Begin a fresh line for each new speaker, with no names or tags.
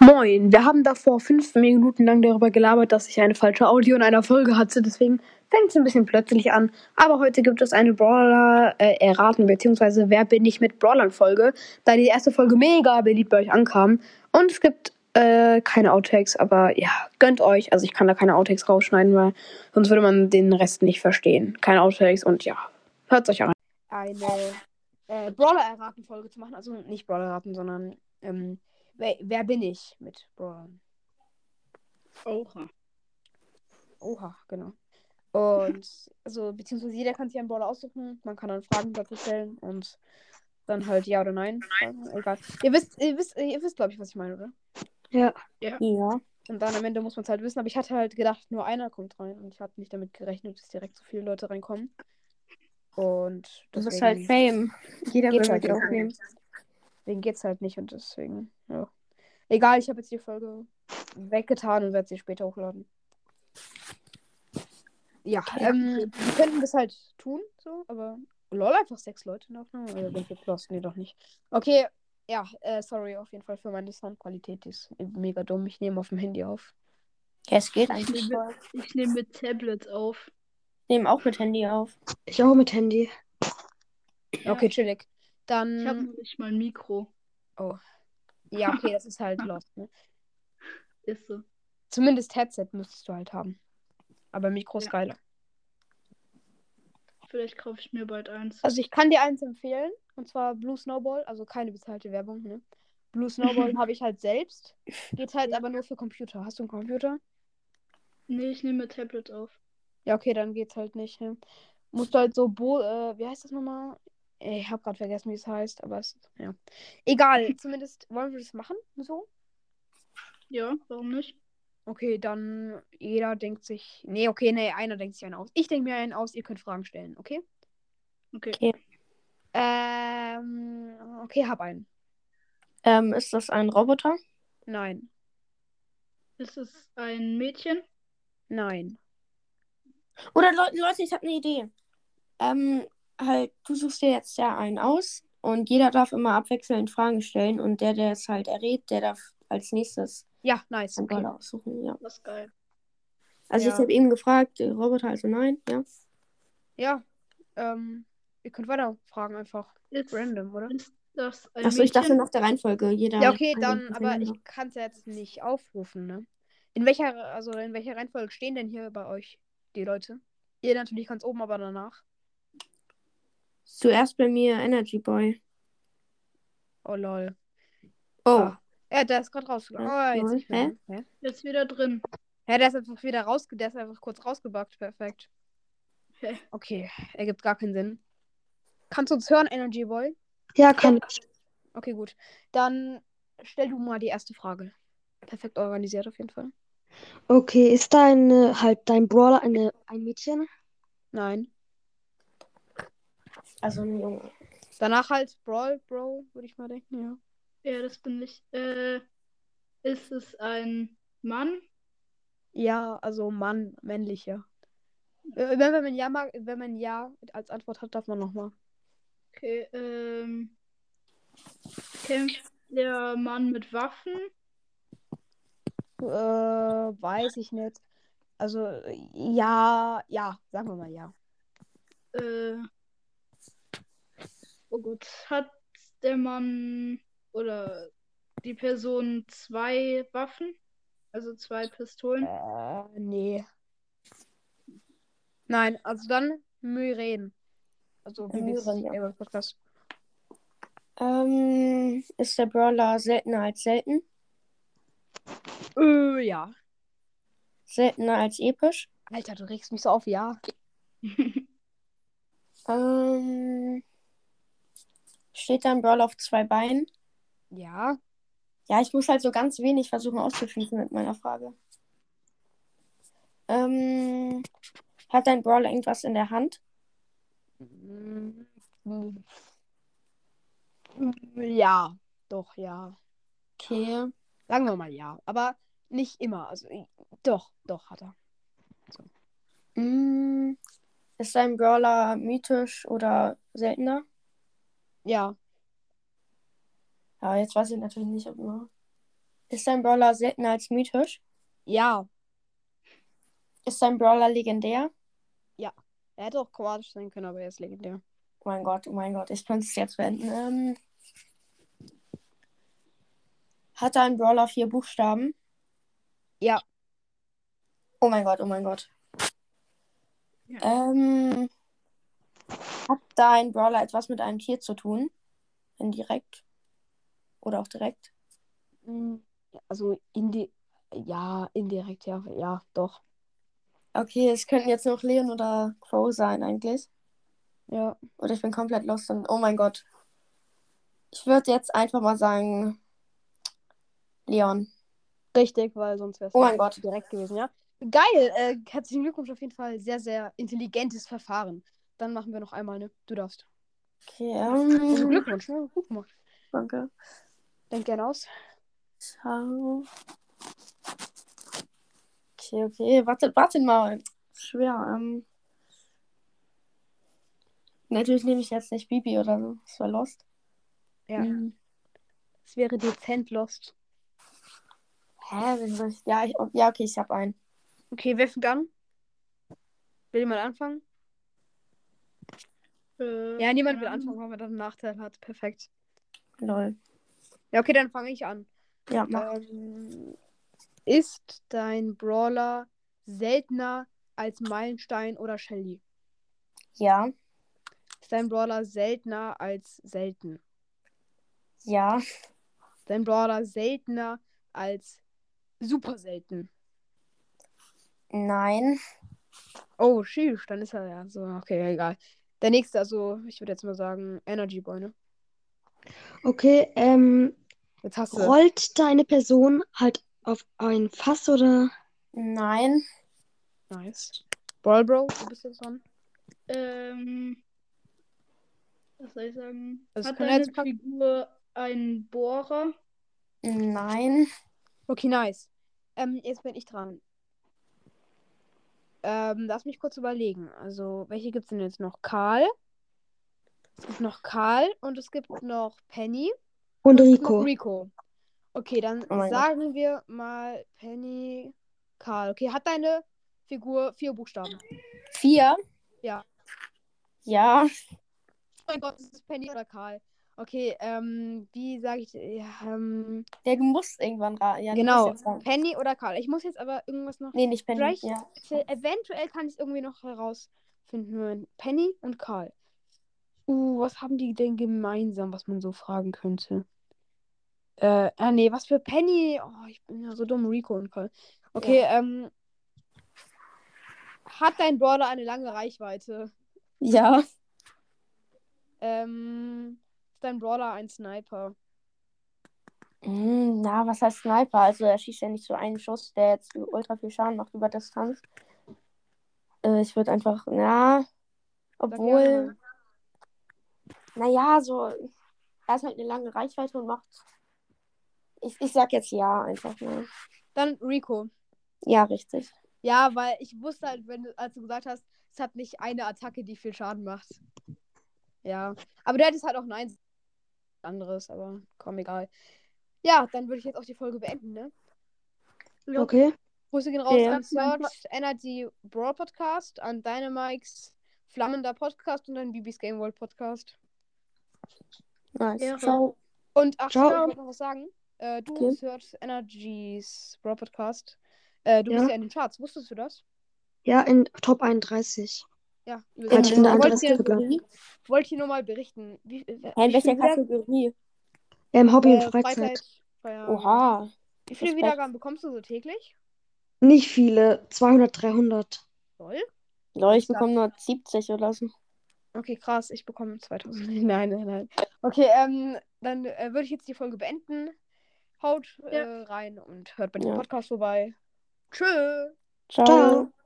Moin, wir haben davor fünf Minuten lang darüber gelabert, dass ich eine falsche Audio in einer Folge hatte, deswegen fängt es ein bisschen plötzlich an. Aber heute gibt es eine Brawler äh, erraten bzw. Wer bin ich mit Brawlern Folge, da die erste Folge mega beliebt bei euch ankam und es gibt äh, keine Outtakes, aber ja, gönnt euch. Also ich kann da keine Outtakes rausschneiden, weil sonst würde man den Rest nicht verstehen. Keine Outtakes und ja, hört euch an. Eine äh, Brawler erraten Folge zu machen, also nicht Brawler erraten, sondern ähm, wer, wer bin ich mit Brawlern?
Oha.
Oha, genau. Und also beziehungsweise jeder kann sich einen Brawler aussuchen, man kann dann Fragen dazu stellen und dann halt ja oder nein. Fragen, egal. Ihr wisst, ihr wisst, ihr wisst, glaube ich, was ich meine, oder?
Ja. Hm,
Ja.
Und dann am Ende muss man es halt wissen. Aber ich hatte halt gedacht, nur einer kommt rein. Und ich hatte nicht damit gerechnet, dass direkt so viele Leute reinkommen. Und
Du bist
deswegen-
halt Fame. Jeder
Geht
will
halt
halt
nicht.
aufnehmen.
Deswegen geht's halt nicht und deswegen, ja. Egal, ich habe jetzt die Folge weggetan und werde sie später hochladen. Ja, ähm, wir könnten das halt tun, so, aber lol, einfach sechs Leute noch, ne? Oder bin ich jetzt lost? Nee, doch nicht. Okay, ja, äh, sorry auf jeden Fall für meine Soundqualität, die ist mega dumm. Ich nehme auf dem Handy auf.
Ja, es geht
halt
Ich
eigentlich.
nehme, ich nehme mit Tablet auf.
Nehmen auch mit Handy auf.
Ich auch mit Handy.
Okay, chillig. Dann,
Ich habe nicht mal ein Mikro.
ja, okay, das ist halt lost, ne?
Ist so.
Zumindest Headset müsstest du halt haben. Aber Mikro ist
Ja.
geiler.
Vielleicht kaufe ich mir bald eins.
Also ich kann dir eins empfehlen, und zwar Blue Snowball, also keine bezahlte Werbung, ne? Blue Snowball habe ich halt selbst. Geht halt aber nur für Computer. Hast du einen Computer?
Nee, ich nehme mit Tablet auf.
Ja, okay, dann geht's halt nicht. Ne? Musst du halt so Bo äh, wie heißt das nochmal? Ey, Ich habe gerade vergessen, wie es heißt, aber es ja. Egal, zumindest wollen wir das machen so.
Ja, warum nicht?
Okay, dann jeder denkt sich, nee, okay, nee, einer denkt sich einen aus. Ich denke mir einen aus, ihr könnt Fragen stellen, okay?
Okay.
Ähm, okay, hab einen.
Ähm, ist das ein Roboter?
Nein,
Ist es ein Mädchen?
nein.
Oder Le Leute, ich habe eine Idee. Ähm, halt, du suchst dir jetzt ja einen aus und jeder darf immer abwechselnd Fragen stellen und der, der es halt errät, der darf als nächstes
Ja, nice.
einen
Okay.
Brawler aussuchen. Ja.
Was geil.
Also
Ja.
ich habe eben gefragt, äh, Roboter, also nein, ja.
Ja, ähm, ihr könnt weiter fragen einfach.
Ist,
Random, oder?
ist das ein
Achso, ich dachte
Mädchen?
nach der Reihenfolge. Jeder
Ja, okay,
einen
dann, aber ich
hintereinander.
kann es ja jetzt nicht aufrufen, ne? In welcher, also in welcher Reihenfolge stehen denn hier bei euch die Leute? Ihr natürlich ganz oben, aber danach.
Zuerst bei mir Energy Boy.
Oh lol.
Oh.
Ah. Ja, der ist gerade rausgegangen.
Ja,
Oh, jetzt
lol.
nicht mehr. Hä?
Jetzt wieder drin.
Ja, der ist einfach wieder rausge, der ist einfach kurz rausgebackt. Perfekt.
Hä?
Okay, ergibt gar keinen Sinn. Kannst du uns hören, Energy Boy?
Ja, kann ich.
Okay, gut. Dann stell du mal die erste Frage. Perfekt organisiert auf jeden Fall.
Okay, ist dein, äh, halt dein Brawler eine, ein Mädchen?
Nein.
Also ein Junge.
Danach halt Brawl, Bro, würde ich mal denken, ja.
Ja, das bin ich. Äh, ist es ein Mann?
Ja, also Mann, männlicher. Äh, Wenn wenn man ja mag, wenn man ja als Antwort hat, darf man nochmal.
Okay, ähm. Kämpft der Mann mit Waffen?
Äh, weiß ich nicht. Also, äh, ja, ja, sagen wir mal ja.
Äh, oh Gott, hat der Mann oder die Person zwei Waffen? Also zwei Pistolen?
Äh, nee. Nein, also dann Myren. Also, wie wir es
Myren, ja.
immer gesagt hast.
Ähm, ist der Brawler seltener als selten?
Äh, ja.
Seltener als episch?
Alter, du regst mich so auf, ja.
Ähm, steht da ein Brawler auf zwei Beinen?
Ja.
Ja, ich muss halt so ganz wenig versuchen auszuschließen mit meiner Frage. Ähm, hat dein Brawler irgendwas in der Hand?
Mm, mm. Ja, doch, ja.
Okay.
Sagen wir mal ja. Aber nicht immer. Also i- doch, doch, hat er.
Mm, ist dein Brawler mythisch oder seltener?
Ja.
Ja, jetzt weiß ich natürlich nicht, ob nur. Ist dein Brawler seltener als mythisch?
Ja,
Ist dein Brawler legendär?
er hätte auch kroatisch sein können, aber er ist legendär.
Oh mein Gott, oh mein Gott, ich könnte es jetzt beenden. Ähm, hat dein Brawler vier Buchstaben?
Ja.
Oh mein Gott, oh mein Gott.
Ja.
Ähm, hat dein Brawler etwas mit einem Tier zu tun? Indirekt? Oder auch direkt?
Mm, Also indi ja, indirekt, ja, ja, doch.
Okay, es könnten jetzt noch Leon oder Crow sein eigentlich.
Ja.
Oder ich bin komplett lost und oh mein Gott. Ich würde jetzt einfach mal sagen, Leon.
Richtig, weil sonst wäre es
Oh mein Gott.
direkt gewesen, ja. Geil, äh, herzlichen Glückwunsch auf jeden Fall. Sehr, sehr intelligentes Verfahren. Dann machen wir noch einmal eine. Du darfst.
Okay,
Herzlichen
ähm,
Glückwunsch, ne? Gut gemacht.
danke.
Denk gerne aus.
Ciao. Okay, okay, wartet, wartet mal. Schwer, ähm. Natürlich nehme ich jetzt nicht Bibi oder so. Das war lost. Mhm.
Ja. Es wäre dezent lost.
Hä, wen soll ich- ja, ich, ja, okay, ich habe einen.
Okay, wer fängt an? Will jemand anfangen?
Äh,
Ja, niemand will
ähm,
anfangen, weil man dann einen Nachteil hat. Perfekt.
Lol.
Ja, okay, dann fange ich an.
Ja, mach.
Ähm, ist dein Brawler seltener als Meilenstein oder Shelly?
Ja,
Ist dein Brawler seltener als selten?
ja,
Ist dein Brawler seltener als super selten?
nein.
Oh, sheesh, dann ist er ja so. Okay, egal. Der nächste, also ich würde jetzt mal sagen Energy Boy, ne?
Okay, ähm,
Jetzt hast du.
rollt deine Person halt auf ein Fass oder?
Nein.
Nice. Brawl Bro, du bist jetzt dran.
Ähm, was soll ich sagen?
Also,
Hat
können wir
deine
jetzt packen?
Figur einen Bohrer?
Nein.
Okay, nice. Ähm, jetzt bin ich dran. Ähm, lass mich kurz überlegen. Also, welche gibt's denn jetzt noch? Karl. Es gibt noch Karl und es gibt noch Penny.
Und
Es gibt noch
Rico.
Rico. Okay, dann
Oh mein Gott.
sagen wir mal Penny, Karl. Okay, hat deine Figur vier Buchstaben?
Vier?
Ja.
Ja.
Oh mein Gott, ist es Penny oder Karl? Okay, ähm, wie sage ich, ja, ähm,
Ja, du musst irgendwann raten. Ja, du
Genau.
musst jetzt sagen.
Penny oder Karl? Ich muss jetzt aber irgendwas noch
Nee, nicht Penny.
Vielleicht-
Ja.
Eventuell kann ich es irgendwie noch herausfinden. Wenn Penny und Karl. Uh, was haben die denn gemeinsam, was man so fragen könnte? Äh, ah nee, was für Penny? Oh, ich bin ja so dumm, Rico und Karl. Okay, ähm. Hat dein Border eine lange Reichweite?
ja.
Ähm. Ist dein Brawler ein Sniper?
Hm, na, was heißt Sniper? Also, er schießt ja nicht so einen Schuss, der jetzt ultra viel Schaden macht über Distanz. Äh, ich würde einfach, na,
Sag
obwohl,
gerne mal.
naja, so, er ist halt eine lange Reichweite und macht. Ich, ich sag jetzt ja, einfach, ne?
Dann Rico.
Ja, richtig.
Ja, weil ich wusste halt, wenn du, als du gesagt hast, es hat nicht eine Attacke, die viel Schaden macht. Ja. Aber du hättest halt auch nein anderes, aber komm, egal. Ja, dann würde ich jetzt auch die Folge beenden, ne? Ja.
Okay.
Grüße gehen raus
Ja.
an Search, Energy Brawl Podcast, an Dynamikes Flammender Podcast und an Bibis Game World Podcast.
Nice.
Ja.
Ciao.
Und ach,
Ciao.
ja, ich wollte noch was sagen. Äh, du
Okay.
Search Energies Brawl Podcast. Äh, du
Ja.
bist ja in den Charts, wusstest du das?
Ja, in Top 31.
Ja, wir
Falls
In
ich in der
der
Wollt
anderen
ihr-
Kategorie.
wollte ich hier nur mal berichten. Wie, äh,
Hä, in
wie
welcher
viele Wiedergaben-
Kategorie?
Ähm, Hobby und
äh,
Freizeit.
Freizeit. Oha.
Oha.
Wie viele
Respekt.
Wiedergaben bekommst du so täglich?
Nicht viele. 200, 300.
Soll?
Leute, ich
Sag-
bekomme nur 70 oder so.
Okay, krass. Ich bekomme 2000. Nein, nein, nein. Okay, ähm, dann äh, würde ich jetzt die Folge beenden. Haut äh, rein und hört bei dem
Ja.
Podcast vorbei. Tschüss.
Ciao.
Ciao.